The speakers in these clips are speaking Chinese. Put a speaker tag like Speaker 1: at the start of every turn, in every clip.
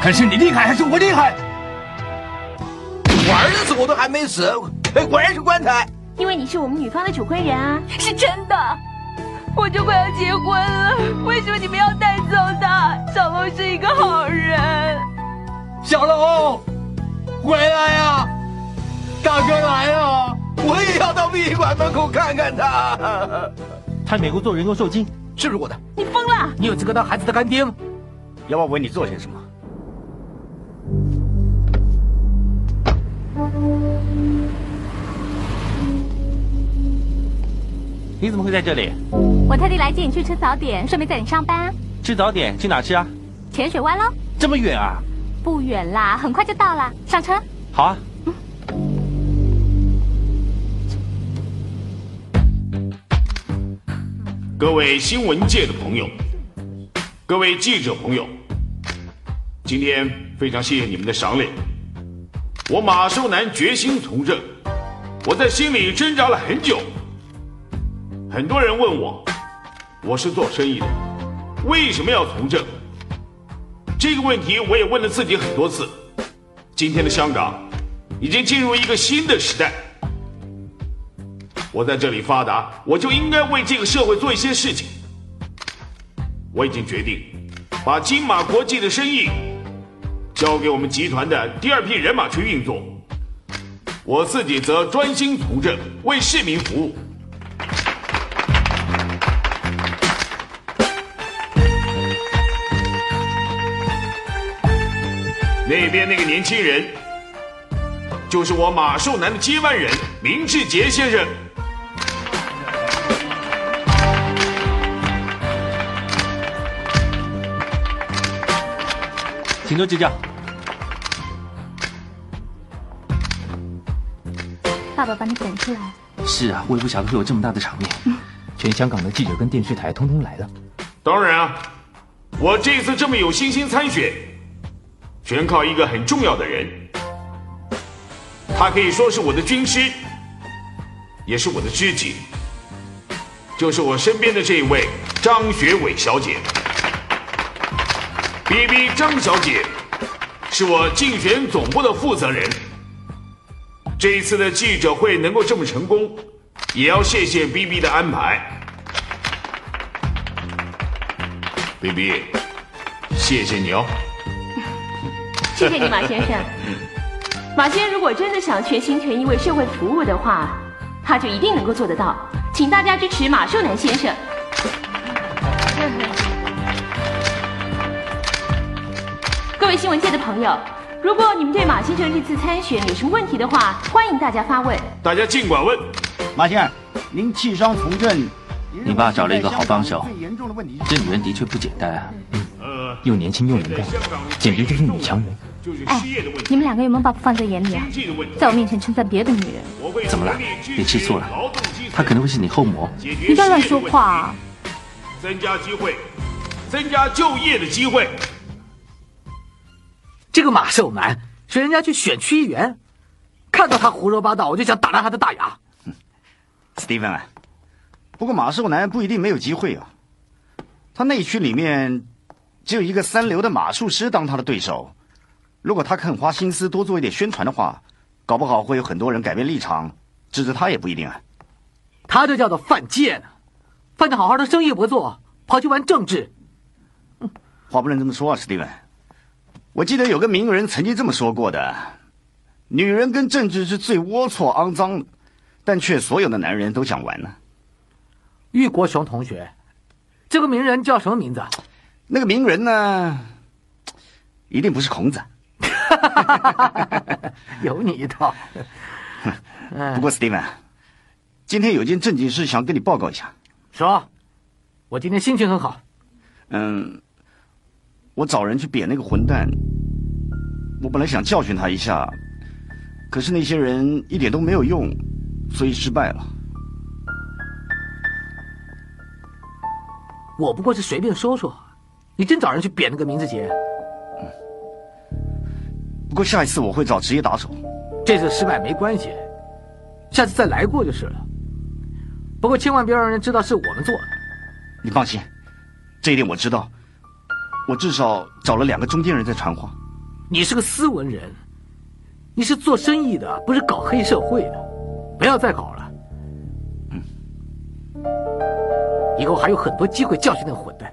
Speaker 1: 还是你厉害，还是我厉害？
Speaker 2: 我儿子我都还没死，哎果然是棺材。
Speaker 3: 因为你是我们女方的主婚人啊，
Speaker 4: 是真的。我就快要结婚了，为什么你们要带走他？小龙是一个好人。
Speaker 1: 小龙，回来呀、大哥来呀、
Speaker 2: 我也要到殡仪馆门口看看他，
Speaker 5: 他美国做人工受精，
Speaker 2: 是不是我的？
Speaker 4: 你疯了！
Speaker 1: 你有资格当孩子的干爹吗？
Speaker 2: 要我为你做些什么？
Speaker 5: 你怎么会在这里？
Speaker 3: 我特地来接你去吃早点，顺便载你上班，
Speaker 5: 吃早点去哪吃啊？
Speaker 3: 浅水湾喽，
Speaker 5: 这么远啊？
Speaker 3: 不远啦，很快就到啦，上车。
Speaker 5: 好啊，
Speaker 6: 各位新闻界的朋友，各位记者朋友，今天非常谢谢你们的赏脸。我马寿南决心从政，我在心里挣扎了很久。很多人问我，我是做生意的，为什么要从政？这个问题我也问了自己很多次。今天的香港已经进入一个新的时代。我在这里发达，我就应该为这个社会做一些事情。我已经决定，把金马国际的生意交给我们集团的第二批人马去运作，我自己则专心从政，为市民服务。那边那个年轻人，就是我马寿南的接班人林志杰先生。
Speaker 5: 请多指教。
Speaker 3: 爸爸把你等出来了，
Speaker 5: 是啊，我也不晓得会有这么大的场面，全香港的记者跟电视台通通来了。
Speaker 6: 当然啊，我这次这么有信心参选，全靠一个很重要的人，他可以说是我的军师，也是我的知己，就是我身边的这一位张学伟小姐。B B 张小姐是我竞选总部的负责人。这一次的记者会能够这么成功，也要谢谢 B B 的安排。B B，谢谢你哦。
Speaker 3: 谢谢你马先生。
Speaker 4: 马先如果真的想全心全意为社会服务的话，他就一定能够做得到。请大家支持马寿南先生。 各位新闻界的朋友，如果你们对马先生这次参选有什么问题的话，欢迎大家发问。
Speaker 6: 大家尽管问。
Speaker 7: 马先生，您弃商从政，
Speaker 5: 你爸找了一个好帮手
Speaker 7: 最严重的问题是
Speaker 5: 这女人的确不简单啊，
Speaker 6: 呃，
Speaker 5: 又年轻又能
Speaker 6: 在
Speaker 5: 干
Speaker 6: 香，港，
Speaker 5: 简直就是女强人。
Speaker 6: 就是
Speaker 3: 哎
Speaker 6: 失业的问，
Speaker 3: 你
Speaker 6: 题、
Speaker 3: 们两个有没有把我放在眼里啊
Speaker 6: 经？济的问题。
Speaker 3: 在我面前称赞别的女人，
Speaker 6: 我会
Speaker 5: 怎么了
Speaker 6: 努力支持
Speaker 5: 你吃醋了
Speaker 6: 劳动基层
Speaker 5: 他可能会是你后母。
Speaker 6: 解决
Speaker 3: 你不要乱
Speaker 6: 失业
Speaker 3: 说
Speaker 6: 的问题
Speaker 3: 话啊！
Speaker 6: 增加机会，增加就业的机会。
Speaker 1: 这个马胜男学人家去选区议员，看到他胡说八道，我就想打烂他的大牙。
Speaker 7: 史蒂芬啊，不过马寿南不一定没有机会啊。他内区里面只有一个三流的马术师当他的对手，如果他肯花心思多做一点宣传的话，搞不好会有很多人改变立场，支持他也不一定啊。
Speaker 1: 他这叫做犯贱呢，啊犯的好好的生意不做，跑去玩政治。
Speaker 7: 话不能这么说啊，史蒂文。我记得有个名人曾经这么说过的：女人跟政治是最龌龊肮脏的，但却所有的男人都想玩呢、
Speaker 1: 玉国雄同学，这个名人叫什么名字啊？
Speaker 7: 那个名人呢，一定不是孔子。
Speaker 1: 有你一 套。嗯
Speaker 7: 不过，史蒂文，今天有件正经事想跟你报告一下。
Speaker 1: 说，我今天心情很好。
Speaker 7: 嗯，我找人去扁那个混蛋，我本来想教训他一下，可是那些人一点都没有用，所以失败了。
Speaker 1: 我不过是随便说说，你真找人去贬那个名字杰，
Speaker 7: 不过下一次我会找职业打手。
Speaker 1: 这次失败没关系，下次再来过就是了。不过千万别让人知道是我们做的。
Speaker 7: 你放心，这一点我知道。我至少找了两个中间人在传话。
Speaker 1: 你是个斯文人，你是做生意的，不是搞黑社会的，不要再搞了。嗯，以后还有很多机会教训那个混蛋。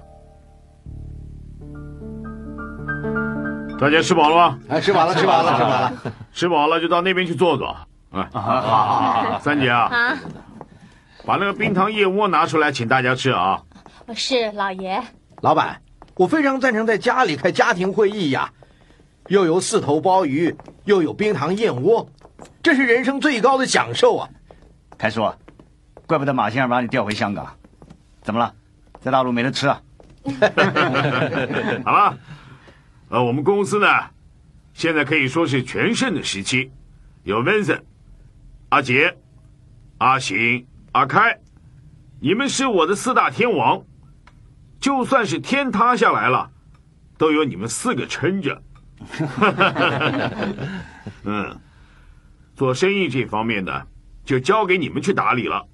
Speaker 6: 大家吃饱了吗？
Speaker 8: 哎，吃 饱了，吃饱了，吃饱了。
Speaker 6: 吃饱了就到那边去坐坐。 哎，三姐啊，
Speaker 3: 啊，
Speaker 6: 把那个冰糖燕窝拿出来，请大家吃 啊。
Speaker 3: 我是老爷，
Speaker 8: 老板，我非常赞成在家里开家庭会议呀，又有四头鲍鱼，又有冰糖燕窝，这是人生最高的享受啊！
Speaker 7: 凯叔，怪不得马先生把你调回香港，怎么了？在大陆没得吃啊？
Speaker 6: 好了，呃，我们公司呢，现在可以说是全盛的时期，有 Vincent、阿杰、阿行、阿开，你们是我的四大天王，就算是天塌下来了，都有你们四个撑着。 嗯，做生意这方面呢，就交给你们去打理了。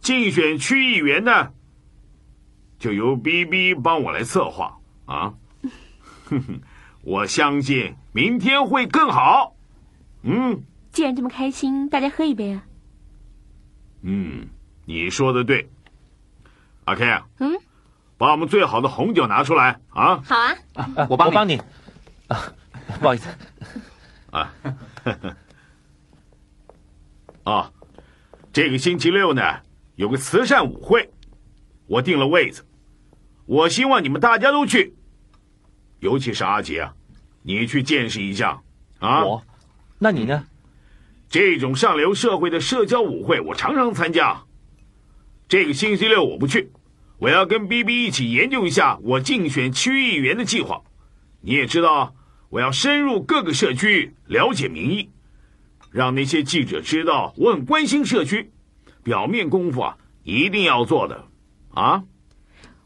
Speaker 6: 竞选区议员呢，就由 B B 帮我来策划啊。 哼哼，我相信明天会更好。嗯
Speaker 4: 既然这么开心，大家喝一杯啊！
Speaker 6: 嗯，你说的对。阿 K 啊，
Speaker 3: 嗯，
Speaker 6: 把我们最好的红酒拿出来啊！
Speaker 3: 好啊，
Speaker 5: 我帮我帮你啊，不好意思，
Speaker 6: 啊，这个星期六呢有个慈善舞会，我订了位子，我希望你们大家都去，尤其是阿杰啊，你去见识一下啊。嗯
Speaker 5: 我，那你呢？
Speaker 6: 这种上流社会的社交舞会，我常常参加。这个星期六我不去，我要跟 B B 一起研究一下我竞选区议员的计划。你也知道，我要深入各个社区了解民意，让那些记者知道我很关心社区。表面功夫啊，一定要做的，啊，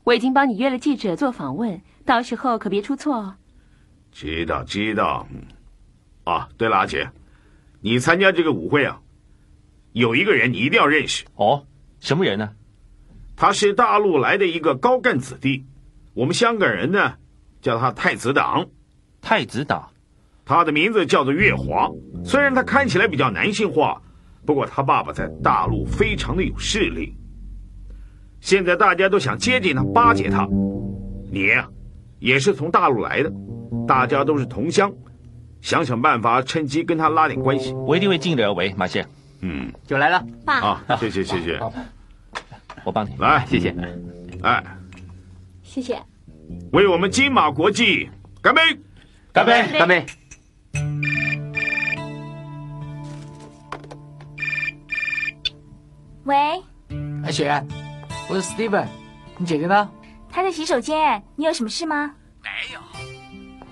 Speaker 4: 我已经帮你约了记者做访问，到时候可别出错哦。
Speaker 6: 知道知道。嗯啊，对了，阿姐，你参加这个舞会啊，有一个人你一定要认识。
Speaker 5: 哦，什么人呢？
Speaker 6: 他是大陆来的一个高干子弟，我们香港人呢叫他太子党，
Speaker 5: 太子党。
Speaker 6: 他的名字叫做月华。虽然他看起来比较男性化，不过他爸爸在大陆非常的有势力。现在大家都想接近他、巴结他。你呀、也是从大陆来的，大家都是同乡，想想办法趁机跟他拉点 关系。
Speaker 5: 我一定会尽力而为，马先生，
Speaker 6: 嗯，
Speaker 1: 酒来了，
Speaker 3: 爸，
Speaker 6: 啊，谢谢谢谢，
Speaker 5: 我帮你。
Speaker 6: 来，
Speaker 5: 谢谢。
Speaker 6: 哎，
Speaker 3: 谢谢。
Speaker 6: 为我们金马国际干杯！
Speaker 5: 干杯！
Speaker 1: 干杯！
Speaker 3: 喂，
Speaker 1: 哎，雪然，我是 Steven，你姐姐呢？
Speaker 3: 她在洗手间，你有什么事吗？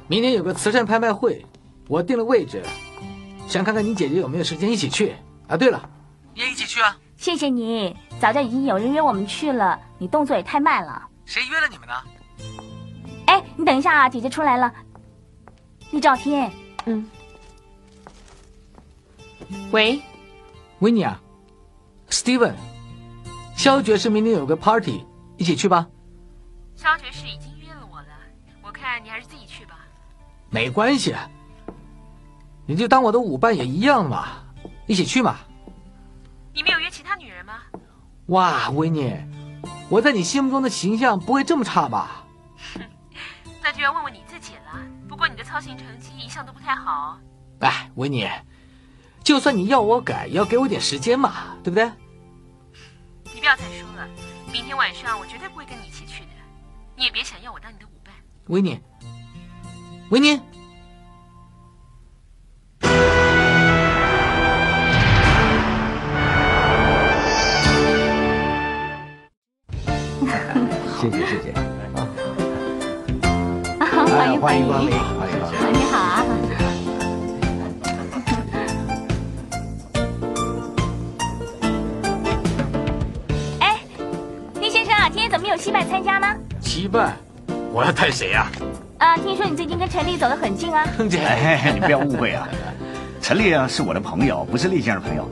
Speaker 1: 明天有个慈善拍卖会，我定了位置，想看看你姐姐有没有时间一起去。啊，对了，也一起去啊？
Speaker 9: 谢谢你，早就已经有人约我们去了，你动作也太慢了。
Speaker 1: 谁约了你们呢？
Speaker 9: 哎，你等一下啊，姐姐出来了。
Speaker 3: 嗯
Speaker 9: 厉兆天，
Speaker 4: 喂，
Speaker 1: 维尼啊，Steven，肖爵士明天有个 party，一起去吧。
Speaker 4: 肖爵士已经约了我了，我看你还是自己去吧。
Speaker 1: 没关系，你就当我的舞伴也一样嘛，一起去嘛。
Speaker 4: 你没有约其他女人吗？
Speaker 1: 哇，维尼，我在你心目中的形象不会这么差吧？
Speaker 4: 那就要问问你自己了。不过你的操行成绩一向都不太好。
Speaker 1: 哎，维尼，就算你要我改，也要给我点时间嘛，对不对？
Speaker 4: 你不要再说了，明天晚上我绝对不会跟你一起去的，你也别想要我当你的舞伴。
Speaker 1: 维尼，维尼，
Speaker 5: 谢谢谢谢。
Speaker 9: 欢迎
Speaker 7: 欢迎
Speaker 9: 迎，
Speaker 7: 光临，欢迎光临。
Speaker 9: 你好啊。哎，厉先生啊，今天怎么没有戏班参加呢？
Speaker 1: 七伴，
Speaker 6: 我要带谁呀、
Speaker 3: 呃
Speaker 9: 啊，听说你最近跟陈丽走得很近 啊。
Speaker 1: 哼姐，
Speaker 7: 哎，你不要误会啊，陈丽啊是我的朋友，不是厉先生朋友。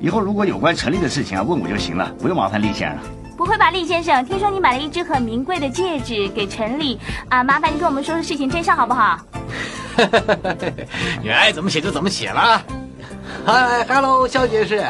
Speaker 7: 以后如果有关陈丽的事情啊，问我就行了，不用麻烦厉先生。
Speaker 9: 不会吧，厉先生？听说你买了一只很名贵的戒指给陈丽啊，麻烦你跟我们说说事情真相好不好？
Speaker 1: 你哎爱怎么写就怎么写了。嗨，Hello，肖哎爵士，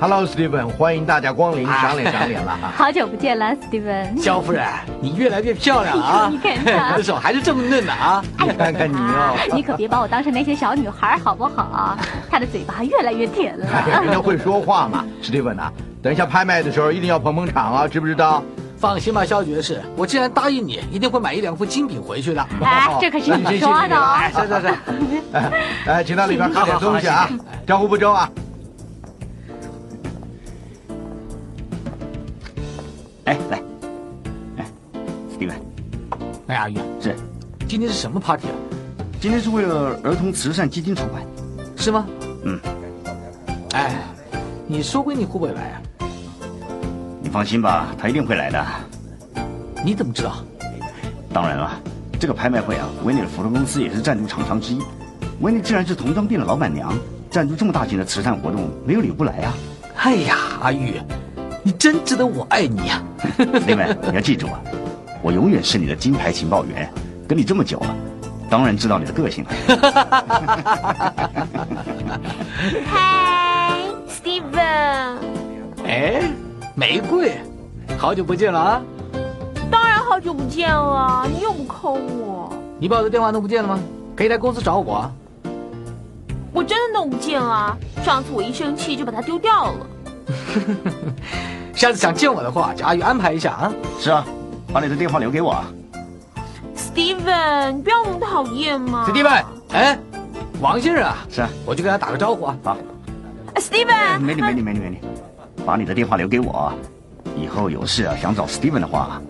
Speaker 8: Hello Steven，欢迎大家光临，赏脸赏脸了啊！
Speaker 3: 好久不见了，Steven。
Speaker 1: 肖夫人，你越来越漂亮了啊！
Speaker 3: 你看他
Speaker 1: 你的手还 是这么嫩的啊！
Speaker 8: 你看看你
Speaker 3: 啊
Speaker 8: 哦，，
Speaker 3: 你可别把我当成那些小女孩儿好不好 啊？她的嘴巴越来越甜了。
Speaker 8: 人家会说话嘛，Steven 呐、啊等一下拍卖的时候一定要捧捧场啊，知不知道？
Speaker 1: 放心吧，肖爵士，我既然答应你，一定会买一两副精品回去的。
Speaker 3: 哎，这可是你说的哦。
Speaker 1: 哎，是是是，
Speaker 8: 哎，哎，请到里边喝点东西啊，江湖不周啊。
Speaker 7: 哎，来，哎，Steven，
Speaker 1: 哎呀，阿玉，
Speaker 7: 是，
Speaker 1: 今天是什么 party 啊？
Speaker 7: 今天是为了儿童慈善基金筹办，
Speaker 1: 是吗？
Speaker 7: 嗯。
Speaker 1: 哎，你说闺女会不会来啊？
Speaker 7: 你放心吧，他一定会来的。
Speaker 1: 你怎么知道？
Speaker 7: 当然了，这个拍卖会啊，维尼的服装公司也是赞助厂商之一。维尼既然是童装店的老板娘，赞助这么大型的慈善活动，没有理由不来啊。
Speaker 1: 哎呀，阿玉，你真值得我爱你啊 呀、
Speaker 7: Steven，你要记住啊，我永远是你的金牌情报员，跟你这么久了，当然知道你的个性了。
Speaker 9: 嗨，Steven，
Speaker 1: 哎，玫瑰，好久不见了啊！
Speaker 9: 当然好久不见了，你又不扣我，
Speaker 1: 你把我的电话弄不见了吗？可以来公司找我啊。
Speaker 9: 我真的弄不见啊！上次我一生气就把它丢掉了。
Speaker 1: 下次想见我的话，叫阿玉安排一下啊。
Speaker 7: 是啊，把你的电话留给我啊。
Speaker 9: Steven，你不要那么讨厌嘛。
Speaker 1: 史蒂文，哎，王先生啊，
Speaker 7: 是啊，
Speaker 1: 我去跟他打个招呼啊。
Speaker 7: 好，
Speaker 9: 哎 Steven，
Speaker 7: 没你没你没你没你，哎把你的电话留给我啊。以后有事啊，想找 Steven 的话，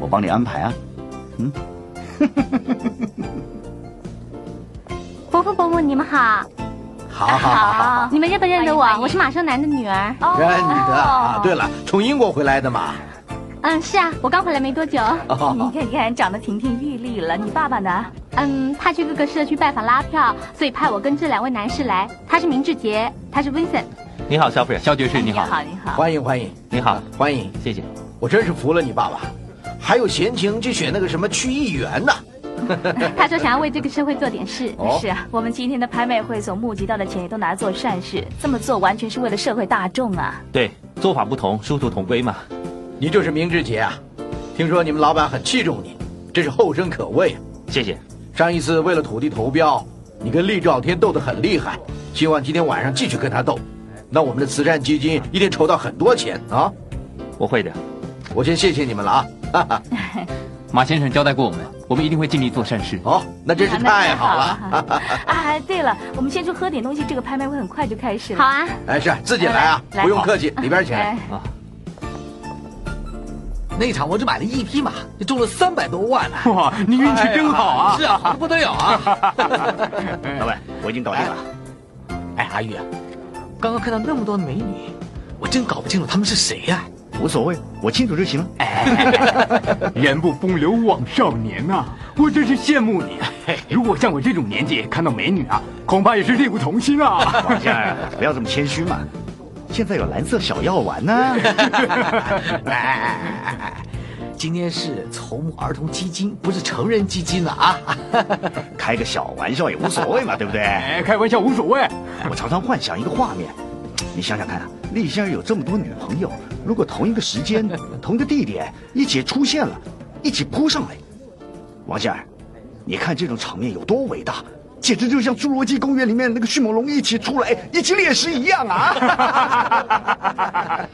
Speaker 7: 我帮你安排啊。
Speaker 3: 伯父伯母，你们好，
Speaker 1: 好好好好，
Speaker 9: 好，
Speaker 3: 你们认不认得我
Speaker 9: 欢迎欢？迎
Speaker 3: 我是马生南的女儿。哦
Speaker 8: 认得
Speaker 1: 哦
Speaker 8: 啊。对了，从英国回来的嘛。
Speaker 3: 嗯，是啊，我刚回来没多久。
Speaker 9: 你看你看，长得亭亭玉立了。你爸爸呢？
Speaker 3: 嗯，他去各个社区拜访拉票，所以派我跟这两位男士来。他是明志杰，他是 Vincent。
Speaker 5: 你好，肖夫人，肖
Speaker 1: 哎
Speaker 5: 爵士，你好，
Speaker 9: 好，你 好。
Speaker 8: 欢迎欢迎，
Speaker 5: 你好，
Speaker 8: 欢迎！
Speaker 5: 谢谢。
Speaker 8: 我真是服了你爸爸，还有闲情
Speaker 1: 去选那个什么区议员 呢？
Speaker 3: 他说想要为这个社会做点事。
Speaker 9: 是啊，我们今天的拍卖会所募集到的钱也都拿来做善事，这么做完全是为了社会大众啊！
Speaker 5: 对，做法不同，殊途同归嘛。
Speaker 8: 你就是明志杰啊！听说你们老板很器重你，真是后生可畏啊！
Speaker 5: 谢谢。
Speaker 8: 上一次为了土地投标，你跟厉兆天斗得很厉害，希望今天晚上继续跟他斗。那我们的慈善基金一定筹到很多钱啊！
Speaker 5: 我会的。
Speaker 8: 我先谢谢你们了啊！ 哈哈，
Speaker 5: 马先生交代过我们，我们一定会尽力做善事。
Speaker 10: 哦
Speaker 8: 好， 那真是太好了！
Speaker 9: 啊！ 啊，对了，我们先去喝点东西，这个拍卖会很快就开始了。
Speaker 3: 好，啊，
Speaker 8: 哎，是自己来啊，
Speaker 9: 来来
Speaker 8: 不用客气，里边请。
Speaker 9: 哎，
Speaker 5: 啊，
Speaker 1: 那场我只买了一匹马，就中了三百多万呢、
Speaker 5: 哇，你运气真好啊！
Speaker 1: 是啊，不得了啊！
Speaker 7: 老板，我已经搞定了。
Speaker 1: 哎，阿玉，刚刚看到那么多美女，我真搞不清楚她们是谁啊呀、
Speaker 7: 无所谓，我 清楚就行了。
Speaker 5: 哎人不风流枉少年呐、
Speaker 8: 啊
Speaker 5: 我真是羡慕你。如果像我这种年纪看到美女啊，恐怕也是力不从心啊。
Speaker 7: 王先哎 生，不要这么谦虚嘛。现在有蓝色小药丸呢、
Speaker 1: 哎今天是筹募儿童基金，不是成人基金了啊！
Speaker 7: 开个小玩笑也无所 谓嘛，对不对？
Speaker 5: 哎，开玩笑无所谓。
Speaker 7: 我常常幻想一个画面，你想想看啊，厉先生有这么多女朋友，如果同一个时 间、同一个地点一起出现了，一起扑上来，王先生，你看这种场面有多伟大，简直就像《侏罗纪公园》里面那个迅猛龙一起出来一起猎食一样啊！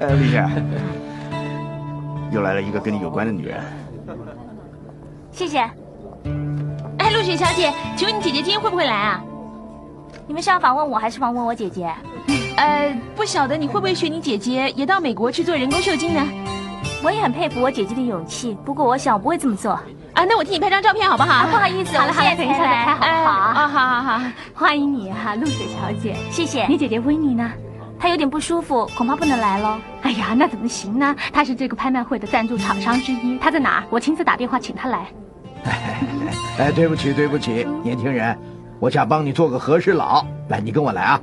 Speaker 7: 呃，厉先生，又来了一个跟你有关的女人，
Speaker 9: 谢谢。
Speaker 4: 哎，陆雪小姐，请问你姐姐今天会不会来啊？
Speaker 9: 你们是要访问我还是访问我姐姐？
Speaker 4: 呃，不晓得你会不会学你姐姐也到美国去做人工受精呢？
Speaker 9: 我也很佩服我姐姐的勇气，不过我想我不会这么做。
Speaker 4: 啊，那我替你拍张照片好不好？
Speaker 9: 不好意思，
Speaker 3: 啊好
Speaker 9: 我
Speaker 3: 了好了，
Speaker 9: 现在
Speaker 3: 等一下
Speaker 9: 才
Speaker 3: 再
Speaker 9: 来
Speaker 3: 拍，好不好啊？
Speaker 4: 啊，好好好，
Speaker 3: 欢迎你哈、啊，陆雪小姐。
Speaker 9: 谢谢。
Speaker 3: 你姐姐维尼呢？
Speaker 9: 她有点不舒服，恐怕不能来喽。
Speaker 3: 哎呀，那怎么行呢？她是这个拍卖会的赞助厂商之一，她在哪儿？我亲自打电话请她来。
Speaker 8: 哎，对不起，对不起，年轻人，我想帮你做个和事佬。来，你跟我来啊！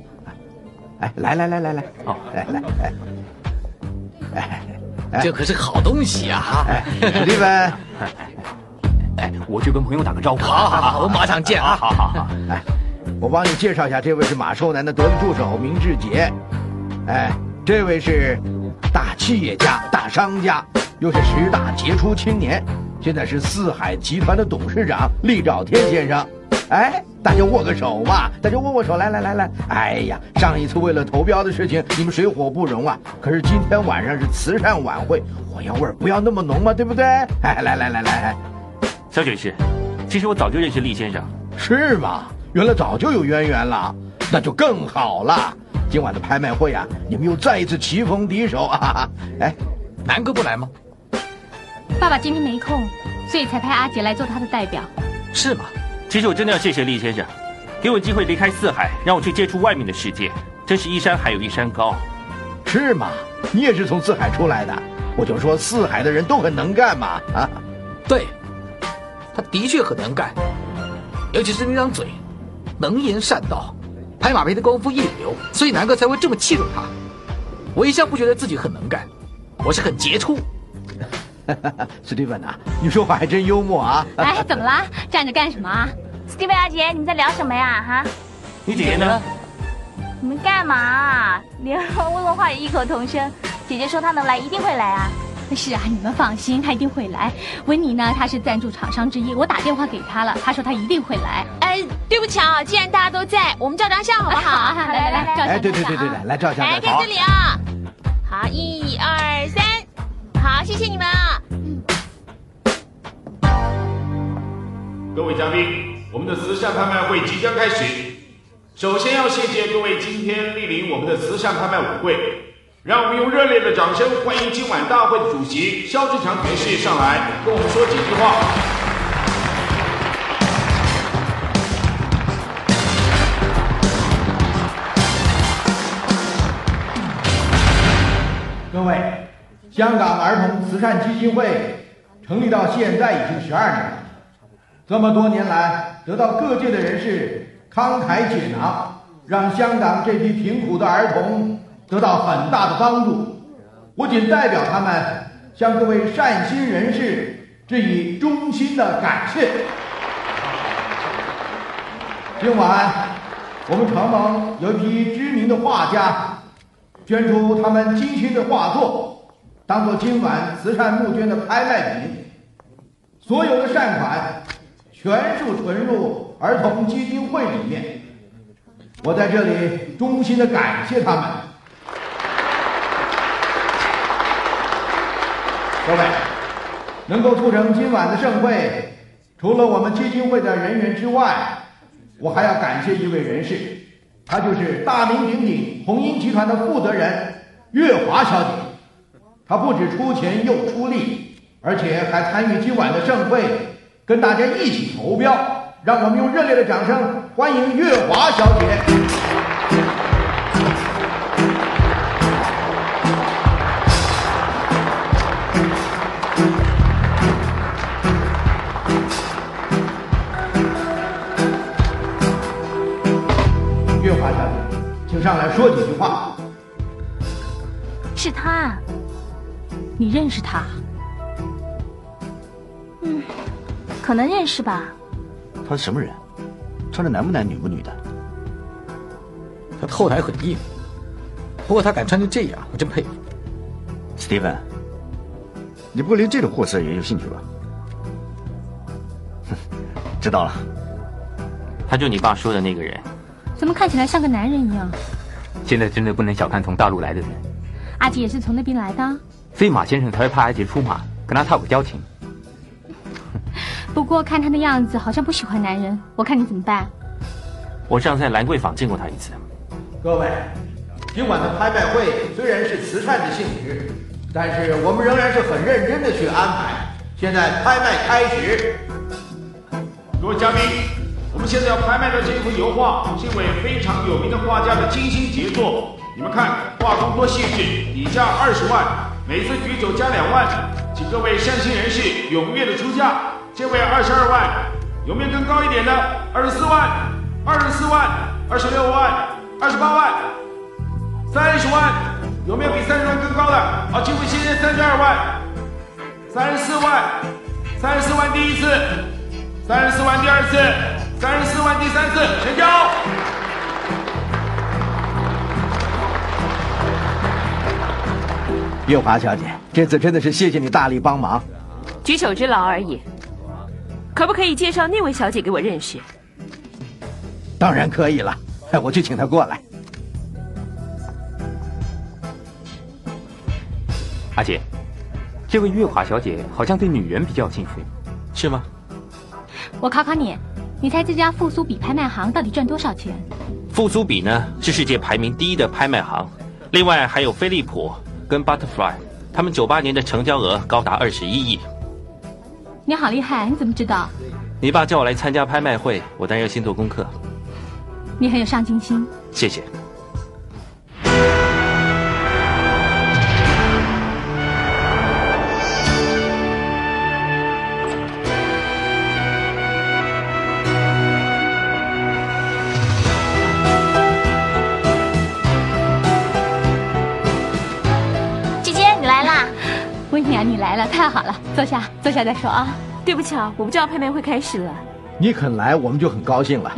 Speaker 8: 哎，来来来来来，
Speaker 5: 哦
Speaker 8: 好，来来哎，
Speaker 1: 这可是好东西啊！
Speaker 8: 徒弟们，
Speaker 1: 哎
Speaker 5: 哎，我去跟朋友打个招呼。啊
Speaker 1: 好好好，我马上见啊！
Speaker 5: 好好好，
Speaker 8: 我帮你介绍一下，这位是马寿南的得力助手明志杰，哎，这位是大企业家、大商家，又是十大杰出青年，现在是四海集团的董事长厉兆天先生。哎，大家握个手嘛，大家握握手，来来来来。哎呀，上一次为了投标的事情，你们水火不容啊。可是今天晚上是慈善晚会，火药味儿不要那么浓嘛，对不对？哎，来来来来来，
Speaker 11: 小雪师，其实我早就认识厉先生，
Speaker 8: 是吗？原来早就有渊源了，那就更好了。今晚的拍卖会啊，你们又再一次棋逢敌手啊！ 哎，
Speaker 1: 南哥不来吗？
Speaker 3: 爸爸今天没空，所以才派阿杰来做她的 代表。
Speaker 1: 是吗？
Speaker 11: 其实我真的要谢谢厉先生，给我机会离开四海，让我去接触外面的世界，真是一山还有一山高。
Speaker 8: 是吗？你也是从四海出来的，我就说四海的人都很能干嘛啊！
Speaker 1: 对，他的确很能干，尤其是那张嘴，能言善道，拍马屁的功夫一流，所以南哥才会这么器重他。我一向不觉得自己很能干，我是很杰出。
Speaker 8: 史蒂芬呐，你说话还真幽默啊！
Speaker 3: 哎，怎么 啦？站着干什么啊？
Speaker 9: 斯蒂芬阿杰，你们在聊什么呀？哈，
Speaker 11: 你姐姐呢？
Speaker 9: 你们干嘛啊？连问问话也异口同声。姐姐说她能来，一定会来啊。
Speaker 3: 是啊，你们放心，她一定会来。维尼呢？他是赞助厂商之一，我打电话给他了，他说他一定会来。
Speaker 4: 哎，对不起啊，既然大家都在，我们照张相好不好？
Speaker 3: 啊来来来，照
Speaker 8: 哎，
Speaker 3: 相
Speaker 8: 对
Speaker 3: 照
Speaker 8: 对
Speaker 3: 相
Speaker 8: 对对
Speaker 3: 啊
Speaker 8: 对，来照相，
Speaker 4: 来
Speaker 8: 照
Speaker 4: 看
Speaker 8: 相
Speaker 4: 这。里啊，好，一二三，好，谢谢你们啊。
Speaker 6: 各位嘉宾，我们的慈善拍卖会即将开始。首先要谢谢各位今天莅临我们的慈善拍卖舞会，让我们用热烈的掌声欢迎今晚大会的主席肖志强女士上来跟我们说几句话。
Speaker 12: 各位，香港儿童慈善基金会成立到现在已经十二年了，这么多年来，得到各界的人士慷慨解囊，让香港这批贫苦的儿童得到很大的帮助。我谨代表他们向各位善心人士致以衷心的感谢。今晚，我们承蒙有一批知名的画家捐出他们精心的画作，当做今晚慈善募捐的拍卖品。所有的善款全数存入儿童基金会里面。我在这里衷心的感谢他们。各位，能够促成今晚的盛会，除了我们基金会的人员之外，我还要感谢一位人士，她就是大名鼎鼎红鹰集团的负责人月华小姐。
Speaker 8: 他不止出钱又出力，而且还参与今晚的盛会，跟大家一起投标。让我们用热烈的掌声欢迎月华小姐。月华小姐，请上来说几句话。
Speaker 13: 是他，
Speaker 3: 你认识他？
Speaker 13: 嗯，可能认识吧。
Speaker 7: 他是什么人？穿的男不男女不女的？
Speaker 1: 他的后台很硬，不过他敢穿成这样，我真佩服。
Speaker 7: ，Steven，你不会连这种货色也有兴趣吧？ 哼知道了，
Speaker 11: 他就你爸说的那个人。
Speaker 3: 怎么看起来像个男人一样？
Speaker 10: 现在真的不能小看从大陆来的人，
Speaker 3: 阿吉也是从那边来的。啊
Speaker 10: 所以马先生才会派阿杰出马，跟他踏过交情。
Speaker 3: 不过看他的样子，好像不喜欢男人。我看你怎么办？
Speaker 11: 我上次在兰桂坊见过他一次。
Speaker 8: 各位，今晚的拍卖会虽然是慈善的性质，但是我们仍然是很认真的去安排。现在拍卖开始，
Speaker 2: 各位嘉宾，我们现在要拍卖的这一幅油画，是一位非常有名的画家的精心杰作。你们看，画工多细致，底价二十万，每次举酒加两万，请各位善心人士踊跃的出价。这位二十二万，有没有更高一点的？二十四万，二十四万，二十六万，二十八万，三十万，有没有比三十万更高的？好，请位先生三十二万，三十四万，三十四万第一次。三十四万第二次，三十四万第三次，成交。
Speaker 14: 月华小姐，这次真的是谢谢你大力帮忙。
Speaker 4: 举手之劳而已。可不可以介绍那位小姐给我认识？
Speaker 14: 当然可以 了，哎，我去请她过来。
Speaker 10: 阿杰，这位月华小姐好像对女人比较有兴趣，是吗？
Speaker 3: 我考考你，你猜这家复苏比拍卖行到底赚多少钱？
Speaker 11: 复苏比呢是世界排名第一的拍卖行，另外还有飞利浦跟 Butterfly，他们九八年的成交额高达二十一亿。
Speaker 3: 你好厉害，你怎么知道？
Speaker 11: 你爸叫我来参加拍卖会，我当然要先做功课。
Speaker 3: 你很有上进心。
Speaker 11: 谢谢。
Speaker 13: 姐姐，你来啦！
Speaker 3: 温妮啊，你来了，太好了，坐下，坐下再说啊。
Speaker 4: 对不起啊，我不知道拍卖会开始了。
Speaker 14: 你肯来，我们就很高兴了。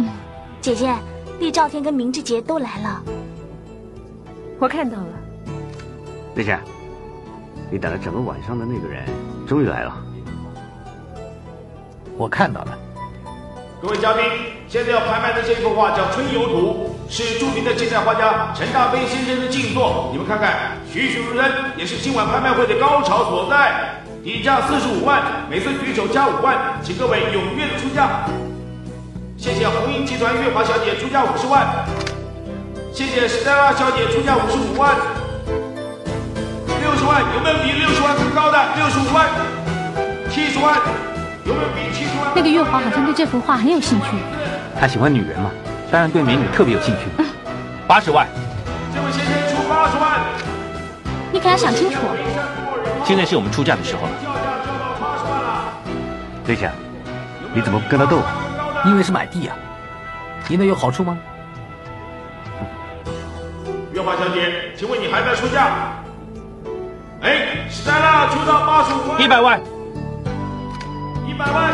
Speaker 13: 姐姐，厉兆天跟明志杰都来了。
Speaker 4: 我看到了，
Speaker 15: 丽倩，你等了整个晚上的那个人终于来了。
Speaker 1: 我看到了，
Speaker 2: 各位嘉宾，现在要拍卖的这幅画叫《春游图》，是著名的近代画家陈大飞先生的静坐。你们看看，栩栩如生，也是今晚拍卖会的高潮所在。底价四十五万，每次举手加五万，请各位踊跃出价。谢谢红缨集团月华小姐出价五十万，谢谢史黛拉小姐出价五十五万，六十万有没有比六十万更高的？六十五万，七十万。
Speaker 3: 那个月华好像对这幅画很有兴趣。
Speaker 10: 他喜欢女人嘛，当然对美女特别有兴趣。
Speaker 11: 八十万，
Speaker 2: 这位先生出八十万，
Speaker 3: 你可要想清楚。
Speaker 11: 现在是我们出价的时候了。
Speaker 15: 丽倩，你怎么不跟他斗？
Speaker 1: 因为是买地呀、赢了有好处吗？
Speaker 2: 月华小姐，请问你还在出价？哎，史黛拉出到八十五万，
Speaker 11: 一百万，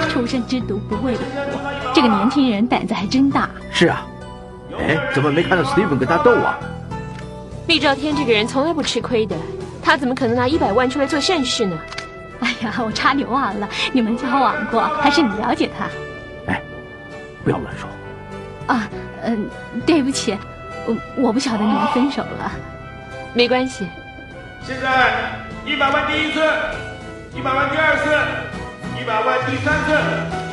Speaker 3: 出生之犊不畏虎，这个年轻人胆子还真大。
Speaker 16: 是啊，哎，怎么没看到 Steven 跟他斗 啊？
Speaker 4: 厉兆天这个人从来不吃亏的，他怎么可能拿一百万出来做善事呢？
Speaker 3: 哎呀，我差点忘了，你们交往过，还是你了解他？
Speaker 16: 不要乱说。
Speaker 3: 啊，嗯、对不起，我我不晓得你们分手了。
Speaker 4: 没关系，
Speaker 2: 现在一百万第一次，一百万第二次，一百万第三次，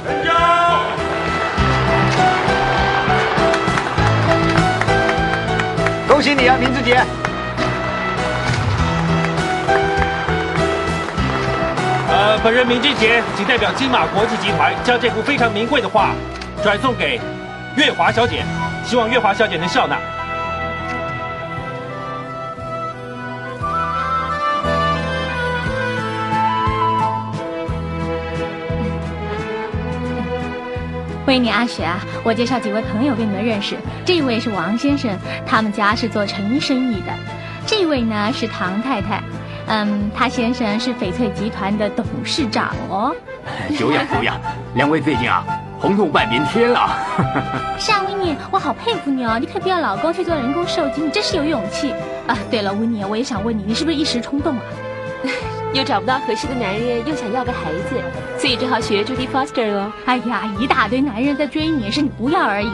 Speaker 2: 成交。
Speaker 15: 恭喜你啊，明志杰！
Speaker 11: 呃本人明之杰谨代表金马国际集团，将这幅非常名贵的画转送给月华小姐，希望月华小姐能笑纳。
Speaker 3: 维尼阿雪啊，我介绍几位朋友给你们认识。这位是王先生，他们家是做成衣生意的。这位呢是唐太太，嗯，她先生是翡翠集团的董事长哦。
Speaker 10: 哎
Speaker 5: 久仰久 仰，两位最近啊，红透半边天了。
Speaker 3: 是啊，维尼，我好佩服你哦！你可不要老公去做人工受精，你真是有勇气啊！对了，维尼，我也想问你，你是不是一时冲动啊？
Speaker 4: 又找不到合适的男人，又想要个孩子，所以只好学 Judy Foster 了。
Speaker 3: 哎呀，一大堆男人在追你，是你不要而已。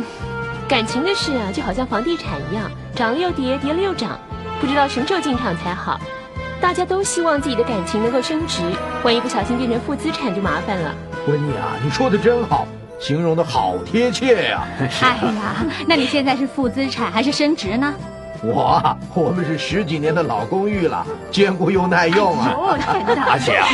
Speaker 4: 感情的事啊，就好像房地产一样，涨了又跌，跌了又涨，不知道什么时候进场才好。大家都希望自己的感情能够升值，万一不小心变成负资产就麻烦了。
Speaker 8: 温妮啊，你说的真好，形容的好贴切啊 呀、
Speaker 16: 啊
Speaker 3: 哎呀，那你现在是负资产还是升值呢？
Speaker 8: 我啊我们是十几年的老公寓了，坚固又耐用啊。
Speaker 9: 哦，太大
Speaker 5: 阿雪啊，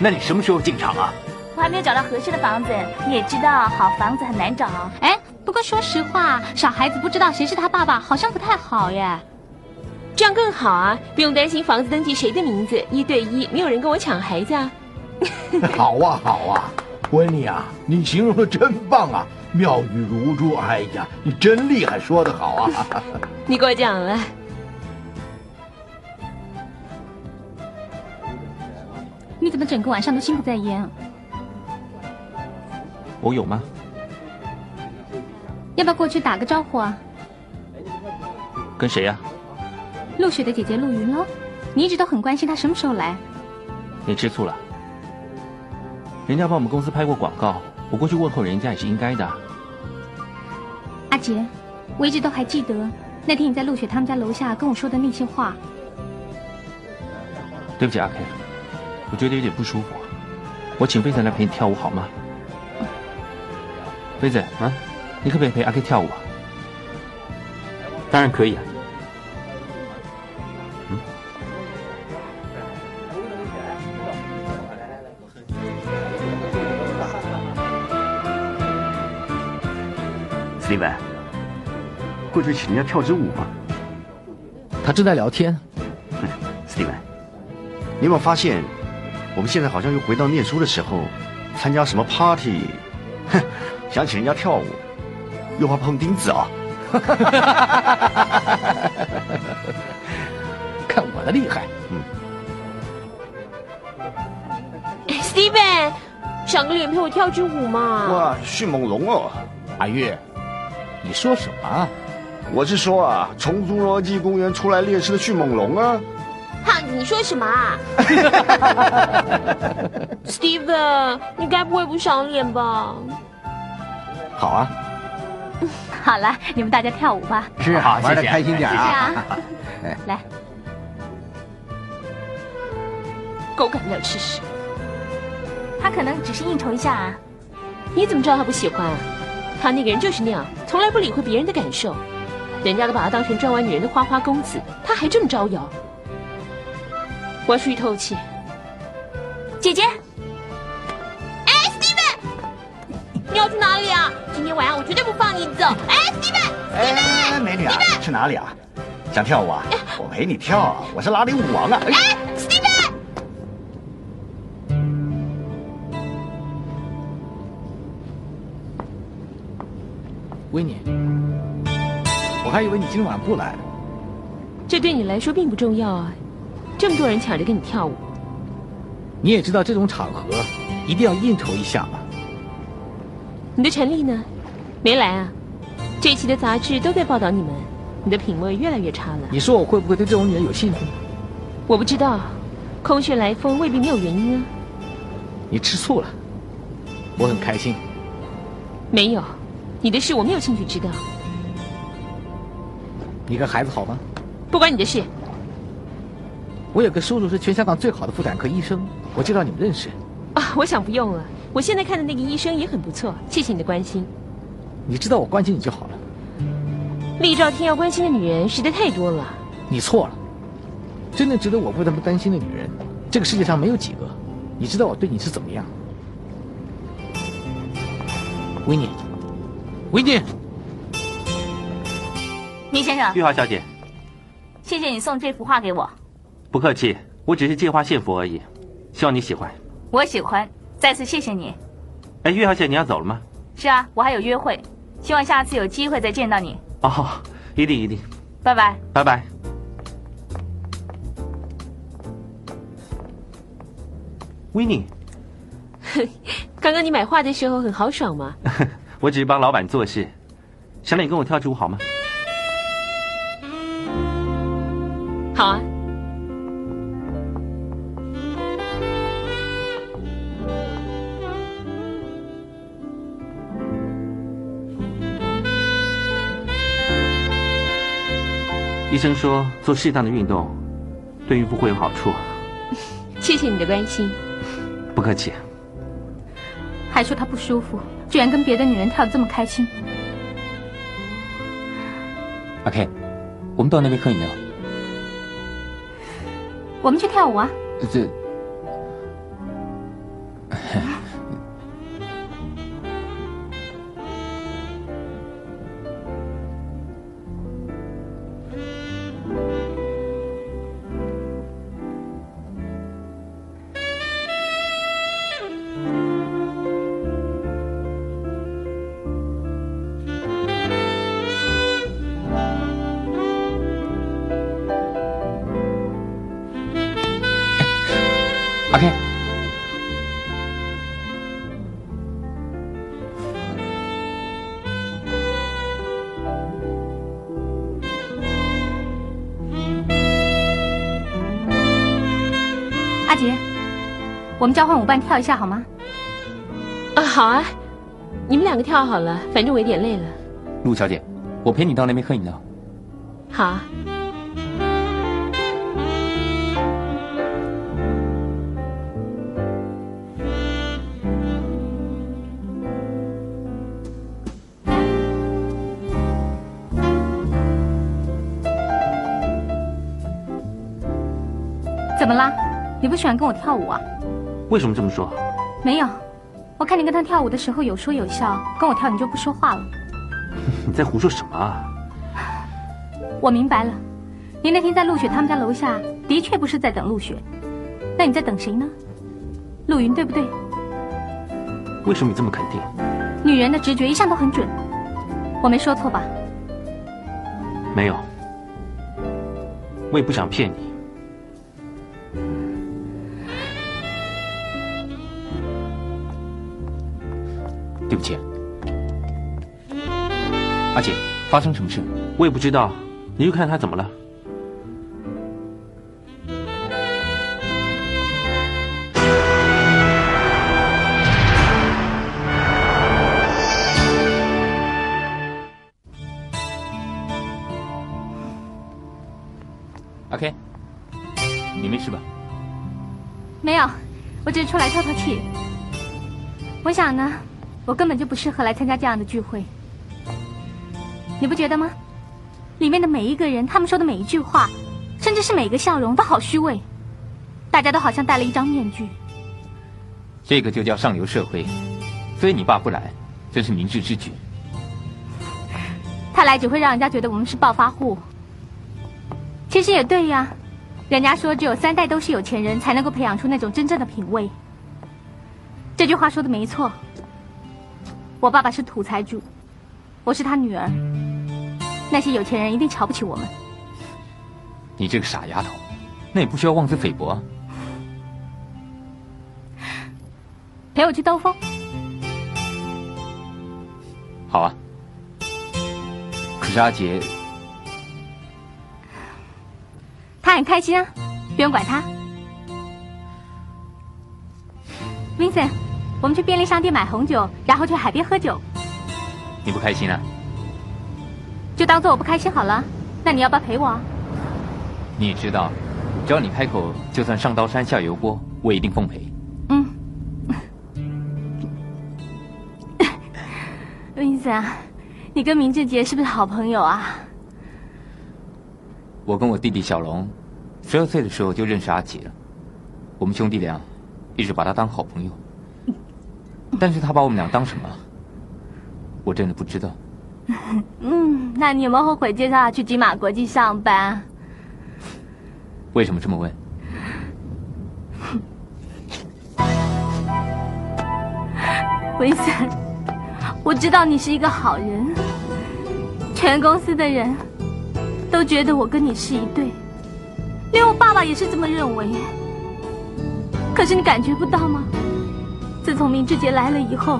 Speaker 5: 那你什么时候进场啊？
Speaker 9: 我还没有找到合适的房子，你也知道，好房子很难找。
Speaker 3: 哎，不过说实话，傻孩子不知道谁是他爸爸，好像不太好耶。
Speaker 4: 这样更好啊，不用担心房子登记谁的名字，一对一，没有人跟我抢孩子啊。
Speaker 8: 好啊，好啊，温妮啊，你形容的真棒啊，妙语如珠。哎呀，你真厉害，说 得好啊。
Speaker 4: 你过奖了。
Speaker 3: 你怎么整个晚上都心不在焉啊？
Speaker 11: 我有吗？
Speaker 3: 要不要过去打个招呼啊？
Speaker 11: 跟谁啊呀、
Speaker 3: 陆雪的姐姐陆云喽，你一直都很关心她什么时候来。
Speaker 11: 你吃醋了？人家帮我们公司拍过广告，我过去问候人家也是应该的。
Speaker 3: 阿杰，我一直都还记得那天你在陆雪他们家楼下跟我说的那些话。
Speaker 11: 对不起，阿 K，我觉得有点不舒服。我请飞子来陪你跳舞好吗？飞子啊，你可不可以陪阿 K 跳舞啊？
Speaker 10: 当然可以啊。
Speaker 17: 史蒂文，过去请人家跳支舞吗？
Speaker 1: 他正在聊天。
Speaker 17: 史蒂文，你有没有发现，我们现在好像又回到念书的时候，参加什么 party，哼，想请人家跳舞，又怕碰钉子啊。
Speaker 1: 看我的厉害！
Speaker 17: 嗯
Speaker 4: Steven，赏个脸陪我跳支舞嘛。
Speaker 17: 哇，迅猛龙哦！
Speaker 1: 阿月，你说什么？啊
Speaker 17: 我是说啊，从侏罗纪公园出来猎食的迅猛龙啊！
Speaker 4: 哈，你说什么啊？Steven，你该不会不赏脸吧？
Speaker 17: 好啊，
Speaker 3: 好了，你们大家跳舞吧。
Speaker 8: 是啊，玩的开心点啊。
Speaker 3: 是啊，来，
Speaker 4: 狗改不了吃屎。
Speaker 9: 他可能只是应酬一下啊。
Speaker 4: 你怎么知道他不喜欢、啊？他那个人就是那样，从来不理会别人的感受。人家都把他当成赚完女人的花花公子，他还这么招摇。我要出去透气。
Speaker 9: 姐姐，
Speaker 4: 哎，Steven，你要去哪里啊？今天晚上我绝对不放你走。哎，Steven，
Speaker 7: 哎，美女啊，去哪里啊？想跳舞啊？我陪你跳啊，我是拉丁舞王啊！哎
Speaker 4: ，Steven，
Speaker 1: 维尼，我还以为你今天晚上不来呢。
Speaker 4: 这对你来说并不重要啊。这么多人抢着跟你跳舞，
Speaker 1: 你也知道这种场合一定要应酬一下吧？
Speaker 4: 你的陈丽呢？没来啊？这一期的杂志都在报道你们，你的品味越来越差了。
Speaker 1: 你说我会不会对这种女人有兴趣？
Speaker 4: 我不知道，空穴来风未必没有原因啊。
Speaker 1: 你吃醋了，我很开心。
Speaker 4: 没有，你的事我没有兴趣知道，
Speaker 1: 你跟孩子好吗？
Speaker 4: 不关你的事。
Speaker 1: 我有个叔叔是全香港最好的妇产科医生，我介绍你们认识。
Speaker 4: 啊，我想不用了。我现在看的那个医生也很不错，谢谢你的关心。
Speaker 1: 你知道我关心你就好了。
Speaker 4: 厉兆天要关心的女人实在太多了。
Speaker 1: 你错了，真正值得我为他们担心的女人，这个世界上没有几个。你知道我对你是怎么样？维尼，维尼，
Speaker 9: 倪先生，
Speaker 11: 玉华小姐，
Speaker 9: 谢谢你送这幅画给我，
Speaker 11: 不客气，我只是借花献佛而已，希望你喜欢。
Speaker 9: 我喜欢，再次谢谢你。
Speaker 11: 哎，玉华小姐，你要走了吗？
Speaker 9: 是啊，我还有约会，希望下次有机会再见到你，
Speaker 11: 哦，一定一定，
Speaker 9: 拜拜。
Speaker 11: 拜拜。维尼，
Speaker 4: 刚刚你买画的时候很豪爽嘛？
Speaker 11: 我只是帮老板做事，小磊跟我跳支舞好吗？
Speaker 4: 好啊，
Speaker 11: 医生说做适当的运动对孕妇会有好处，
Speaker 4: 谢谢你的关心。
Speaker 11: 不客气。
Speaker 3: 还说她不舒服，居然跟别的女人跳得这么开心。
Speaker 10: 阿 K，我们到那边喝饮料。
Speaker 3: 我们去跳舞啊！
Speaker 10: 这，阿 K，
Speaker 3: 阿杰，我们交换舞伴跳一下好吗？
Speaker 4: 啊，好啊，你们两个跳好了，反正我有点累了。
Speaker 10: 陆小姐，我陪你到那边喝饮料。
Speaker 4: 好啊，
Speaker 3: 怎么啦？你不喜欢跟我跳舞啊？
Speaker 11: 为什么这么说？
Speaker 3: 没有，我看你跟他跳舞的时候有说有笑，跟我跳你就不说话了。
Speaker 11: 你在胡说什么啊？
Speaker 3: 我明白了，你那天在陆雪他们家楼下的确不是在等陆雪，那你在等谁呢？陆云对不对？
Speaker 11: 为什么你这么肯定？
Speaker 3: 女人的直觉一向都很准，我没说错吧？
Speaker 11: 没有，我也不想骗你。
Speaker 10: 对不起，阿姐，发生什么事？
Speaker 11: 我也不知道，你就看他怎么了。
Speaker 10: 阿 K，你没事吧？
Speaker 3: 没有，我只是出来透透气。我想呢，我根本就不适合来参加这样的聚会，你不觉得吗？里面的每一个人，他们说的每一句话，甚至是每个笑容，都好虚伪，大家都好像戴了一张面具。
Speaker 10: 这个就叫上流社会，非你爸不来，真是明智之举。
Speaker 3: 他来只会让人家觉得我们是暴发户。其实也对呀，人家说只有三代都是有钱人，才能够培养出那种真正的品味。这句话说的没错。我爸爸是土财主，我是他女儿。那些有钱人一定瞧不起我们。
Speaker 10: 你这个傻丫头，那也不需要妄自菲薄啊。
Speaker 3: 陪我去兜风，
Speaker 10: 好啊。可是阿杰，
Speaker 3: 他很开心啊，不用管他。Vincent，我们去便利商店买红酒，然后去海边喝酒，
Speaker 10: 你不开心啊？
Speaker 3: 就当做我不开心好了。那你要不要陪我啊？
Speaker 10: 你也知道，只要你开口，就算上刀山下油锅，我一定奉陪。
Speaker 3: Vincent，啊你跟明志杰是不是好朋友啊？
Speaker 10: 我跟我弟弟小龙，十二岁的时候就认识阿杰了，我们兄弟俩一直把他当好朋友。但是他把我们俩当什么了？我真的不知道。
Speaker 9: 嗯，那你有没有后悔介绍他去金马国际上班？啊
Speaker 10: 为什么这么问？
Speaker 9: 文森，我知道你是一个好人，全公司的人都觉得我跟你是一对，连我爸爸也是这么认为。可是你感觉不到吗？自从明志杰来了以后，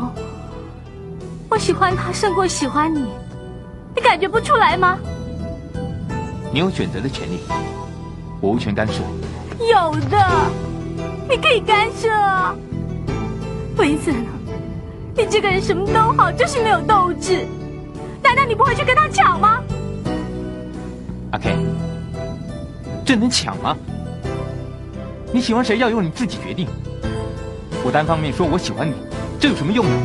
Speaker 9: 我喜欢他胜过喜欢你，你感觉不出来吗？
Speaker 10: 你有选择的权利，我无权干涉。
Speaker 9: 有的，你可以干涉啊。文森，你这个人什么都好，就是没有斗志。难道你不会去跟他抢吗？
Speaker 10: 阿 K，这能抢吗？你喜欢谁要由你自己决定。我单方面说我喜欢你，这有什么用呢？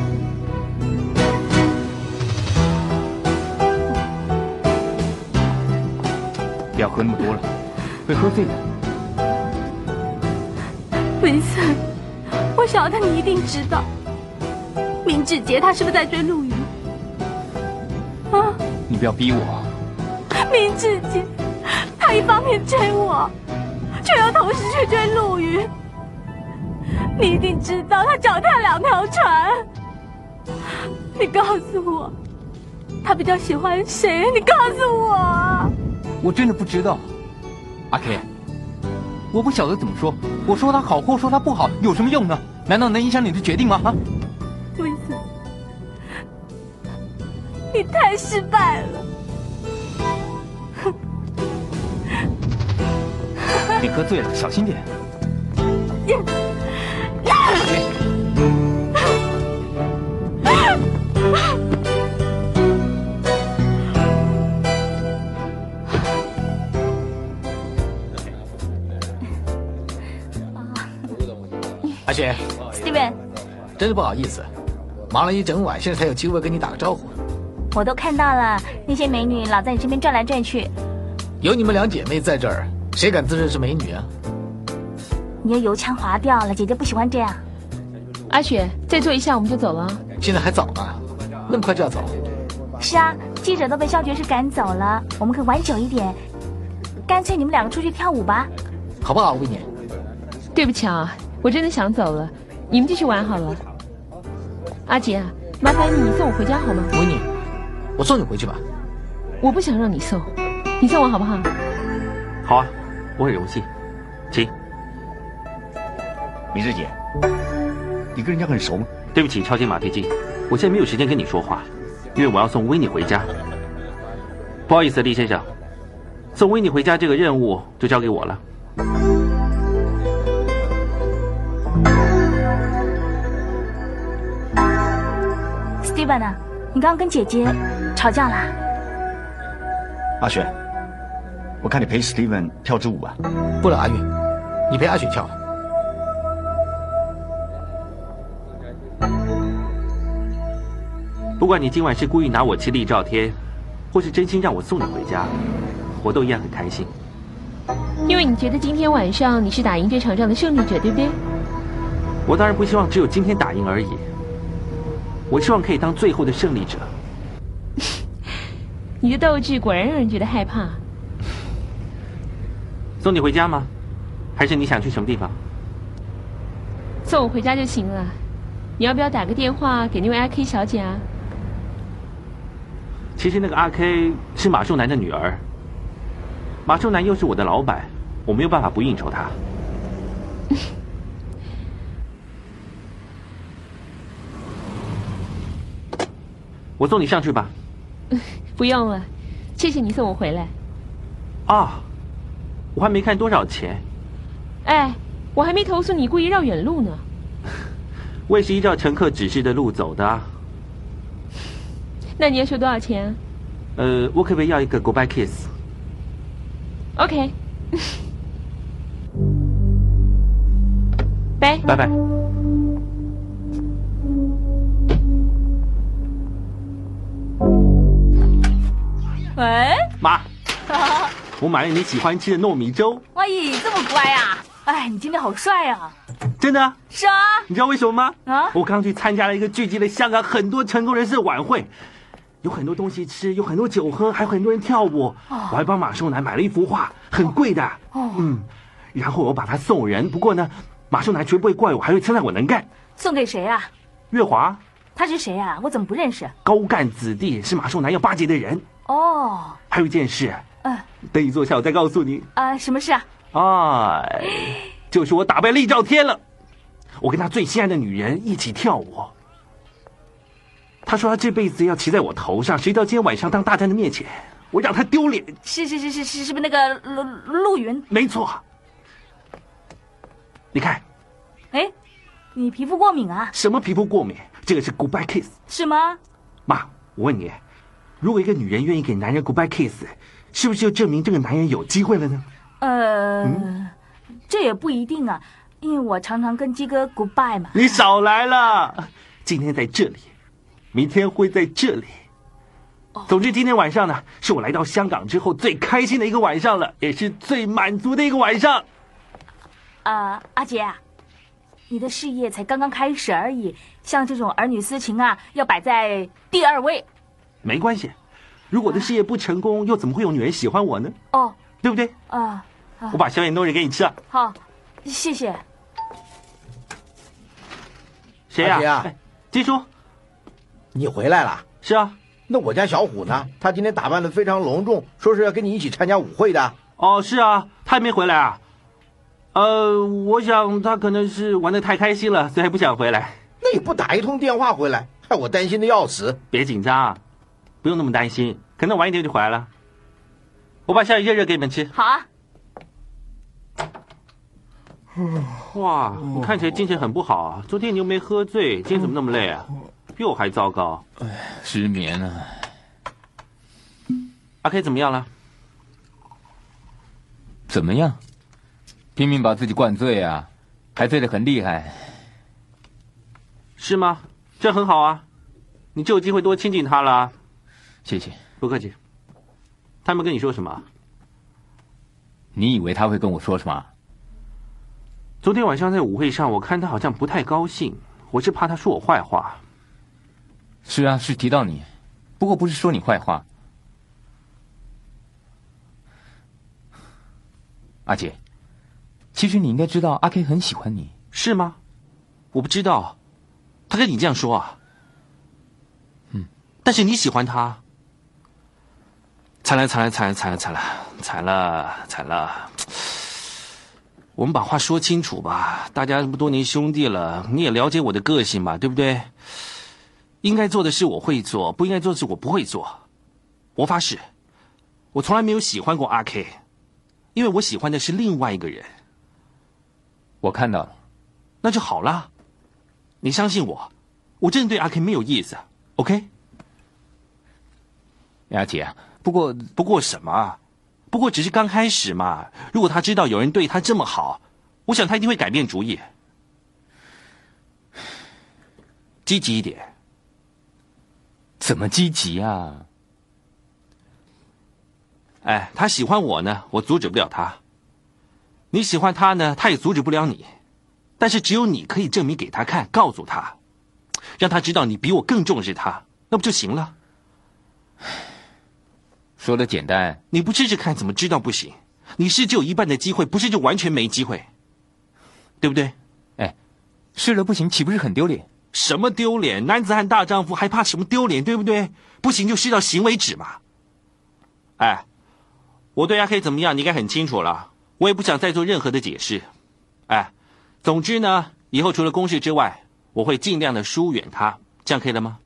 Speaker 10: 不要喝那么多了，会喝醉的。
Speaker 9: 文森，我晓得你一定知道，明志杰他是不是在追陆云？啊，
Speaker 10: 你不要逼我。
Speaker 9: 明志杰，他一方面追我，却又同时去追陆云。你一定知道他脚踏两条船。你告诉我，他比较喜欢谁？你告诉我。
Speaker 10: 我真的不知道，阿 K，我不晓得怎么说。我说他好或说他不好有什么用呢？难道能影响你的决定吗？啊，
Speaker 9: 文森，你太失败了。
Speaker 10: 你喝醉了，小心点。
Speaker 1: 阿雪
Speaker 9: Steven，
Speaker 1: 真是不好意思，忙了一整晚，现在才有机会跟你打个招呼。
Speaker 9: 我都看到了，那些美女老在你身边转来转去，
Speaker 1: 有你们两姐妹在这儿，谁敢自认是美女啊？
Speaker 9: 你的油腔滑调了，姐姐不喜欢这样。
Speaker 4: 阿雪，再坐一下我们就走了。
Speaker 1: 现在还早呢，那么快就要走？
Speaker 9: 是啊，记者都被肖爵士赶走了，我们可以玩久一点，干脆你们两个出去跳舞吧。
Speaker 1: 好不好，威尼？
Speaker 4: 对不起啊，我真的想走了，你们继续玩好了。阿杰啊，麻烦你送我回家好吗？
Speaker 1: 维尼，我送你回去吧。
Speaker 4: 我不想让你送，你送我好不好？
Speaker 11: 好啊，我很荣幸。请，
Speaker 17: 明志姐，你跟人家很熟吗？
Speaker 11: 对不起，超级马蹄精，我现在没有时间跟你说话，因为我要送威尼回家。不好意思，厉先生，送威尼回家这个任务就交给我了。
Speaker 9: Steven 啊，你刚刚跟姐姐吵架啦？
Speaker 17: 阿雪，我看你陪 Steven 跳支舞吧。
Speaker 1: 不了，阿玉，你陪阿雪跳。
Speaker 11: 不管你今晚是故意拿我吃力照贴，或是真心让我送你回家，我都一样很开心。
Speaker 4: 因为你觉得今天晚上你是打赢这场仗的胜利者，对不对？
Speaker 11: 我当然不希望只有今天打赢而已，我希望可以当最后的胜利者。
Speaker 4: 你的斗志果然让人觉得害怕。
Speaker 11: 送你回家吗？还是你想去什么地方？
Speaker 4: 送我回家就行了。你要不要打个电话给那位阿 K 小姐啊？
Speaker 11: 其实那个阿 K 是马树南的女儿，马树南又是我的老板，我没有办法不应酬他。 我送你上去吧。
Speaker 4: 不用了，谢谢你送我回来。
Speaker 11: 啊，我还没看多少钱，
Speaker 4: 哎，我还没投诉你故意绕远路呢。
Speaker 11: 我也是依照乘客指示的路走的啊。
Speaker 4: 那你要收多少钱啊
Speaker 11: 呃，我可不可以要一个 goodbye kiss？
Speaker 4: ？OK，拜
Speaker 11: 拜拜。
Speaker 9: 喂，
Speaker 11: 妈，我买了你喜欢吃的糯米粥。
Speaker 9: 万毅这么乖啊！哎，你今天好帅啊！
Speaker 11: 真的啊。
Speaker 18: 是啊，
Speaker 11: 你知道为什么吗？
Speaker 18: 啊
Speaker 11: 我刚去参加了一个聚集了香港很多成功人士的晚会，有很多东西吃，有很多酒喝，还有很多人跳舞。我还帮马寿南买了一幅画，很贵的。
Speaker 18: 哦
Speaker 11: 嗯，然后我把它送人。不过呢，马寿南绝不会怪我，还会称赞我能干。
Speaker 3: 送给谁啊？
Speaker 11: 月华，
Speaker 3: 他是谁啊？我怎么不认识？
Speaker 11: 高干子弟是马寿南要巴结的人。
Speaker 3: 哦，
Speaker 11: 还有一件事，
Speaker 3: 嗯、
Speaker 9: 呃
Speaker 11: 等你坐下，我再告诉你。
Speaker 3: 啊、什么事啊？
Speaker 11: 啊，就是我打败厉兆天了。我跟他最心爱的女人一起跳舞。他说他这辈子要骑在我头上，谁知道今天晚上当大家的面前，我让他丢脸。
Speaker 3: 是是是是是，是不是那个陆陆云？
Speaker 11: 没错，你看
Speaker 3: 哎，你皮肤过敏啊？
Speaker 11: 什么皮肤过敏，这个是 goodbye kiss。
Speaker 3: 是吗？
Speaker 11: 妈，我问你，如果一个女人愿意给男人 goodbye kiss，是不是就证明这个男人有机会了呢？
Speaker 3: 呃，这也不一定啊，因为我常常跟鸡哥 goodbye 嘛。
Speaker 11: 你少来了，今天在这里，明天会在这里。总之，今天晚上呢，是我来到香港之后最开心的一个晚上了，也是最满足的一个晚上。
Speaker 3: 啊，阿杰啊，你的事业才刚刚开始而已，像这种儿女私情啊，要摆在第二位。
Speaker 11: 没关系，如果我的事业不成功，又怎么会有女人喜欢我呢？
Speaker 3: 哦，
Speaker 11: 对不对？
Speaker 3: 啊啊
Speaker 11: 我，把小眼豆人给你吃啊。
Speaker 3: 好，谢谢。
Speaker 11: 谁呀、
Speaker 8: 阿杰啊
Speaker 11: 哎金叔，
Speaker 8: 你回来了？
Speaker 11: 是啊。
Speaker 8: 那我家小虎呢？他今天打扮的非常隆重，说是要跟你一起参加舞会的。
Speaker 11: 哦，是啊，他还没回来啊。呃，我想他可能是玩的太开心了，所以不想回来。
Speaker 8: 那也不打一通电话回来，害我担心的要死。
Speaker 11: 别紧张啊，不用那么担心，可能晚一点就回来了。我把下雨热热给你们吃。
Speaker 3: 好啊，
Speaker 11: 哇，你看起来精神很不好啊！昨天你又没喝醉，今天怎么那么累啊？比我还糟糕。
Speaker 10: 失眠啊。
Speaker 11: 阿 K 怎么样了？
Speaker 10: 怎么样？拼命把自己灌醉啊，还醉得很厉害。
Speaker 11: 是吗？这很好啊，你就有机会多亲近他了啊。
Speaker 10: 谢谢。
Speaker 11: 不客气。他们跟你说什么啊？
Speaker 10: 你以为他会跟我说什么？
Speaker 11: 昨天晚上在舞会上，我看他好像不太高兴，我是怕他说我坏话。
Speaker 10: 是啊，是提到你，不过不是说你坏话。阿姐，其实你应该知道阿 K 很喜欢你，
Speaker 11: 是吗？我不知道，他跟你这样说啊。
Speaker 10: 嗯，
Speaker 11: 但是你喜欢他。惨了惨了惨了惨了惨了惨了惨了！我们把话说清楚吧，大家这么多年兄弟了，你也了解我的个性吧，对不对？应该做的事我会做，不应该做的事我不会做。我发誓，我从来没有喜欢过阿 K，因为我喜欢的是另外一个人。
Speaker 10: 我看到了，
Speaker 11: 那就好啦。你相信我，我真的对阿 K 没有意思。OK，啊
Speaker 10: 阿姐啊。不过
Speaker 11: 不过什么啊？不过只是刚开始嘛。如果他知道有人对他这么好，我想他一定会改变主意，积极一点。
Speaker 10: 怎么积极啊？
Speaker 11: 哎，他喜欢我呢，我阻止不了他；你喜欢他呢，他也阻止不了你。但是只有你可以证明给他看，告诉他，让他知道你比我更重视他，那不就行了？
Speaker 10: 说的简单，
Speaker 11: 你不试试看怎么知道不行？你试就有一半的机会，不试就完全没机会，对不对？
Speaker 10: 哎，试了不行，岂不是很丢脸？
Speaker 11: 什么丢脸？男子汉大丈夫，还怕什么丢脸？对不对？不行就试到行为止嘛。哎，我对阿 K 怎么样，你应该很清楚了。我也不想再做任何的解释。哎，总之呢，以后除了公事之外，我会尽量的疏远他，这样可以了吗？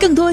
Speaker 19: 更多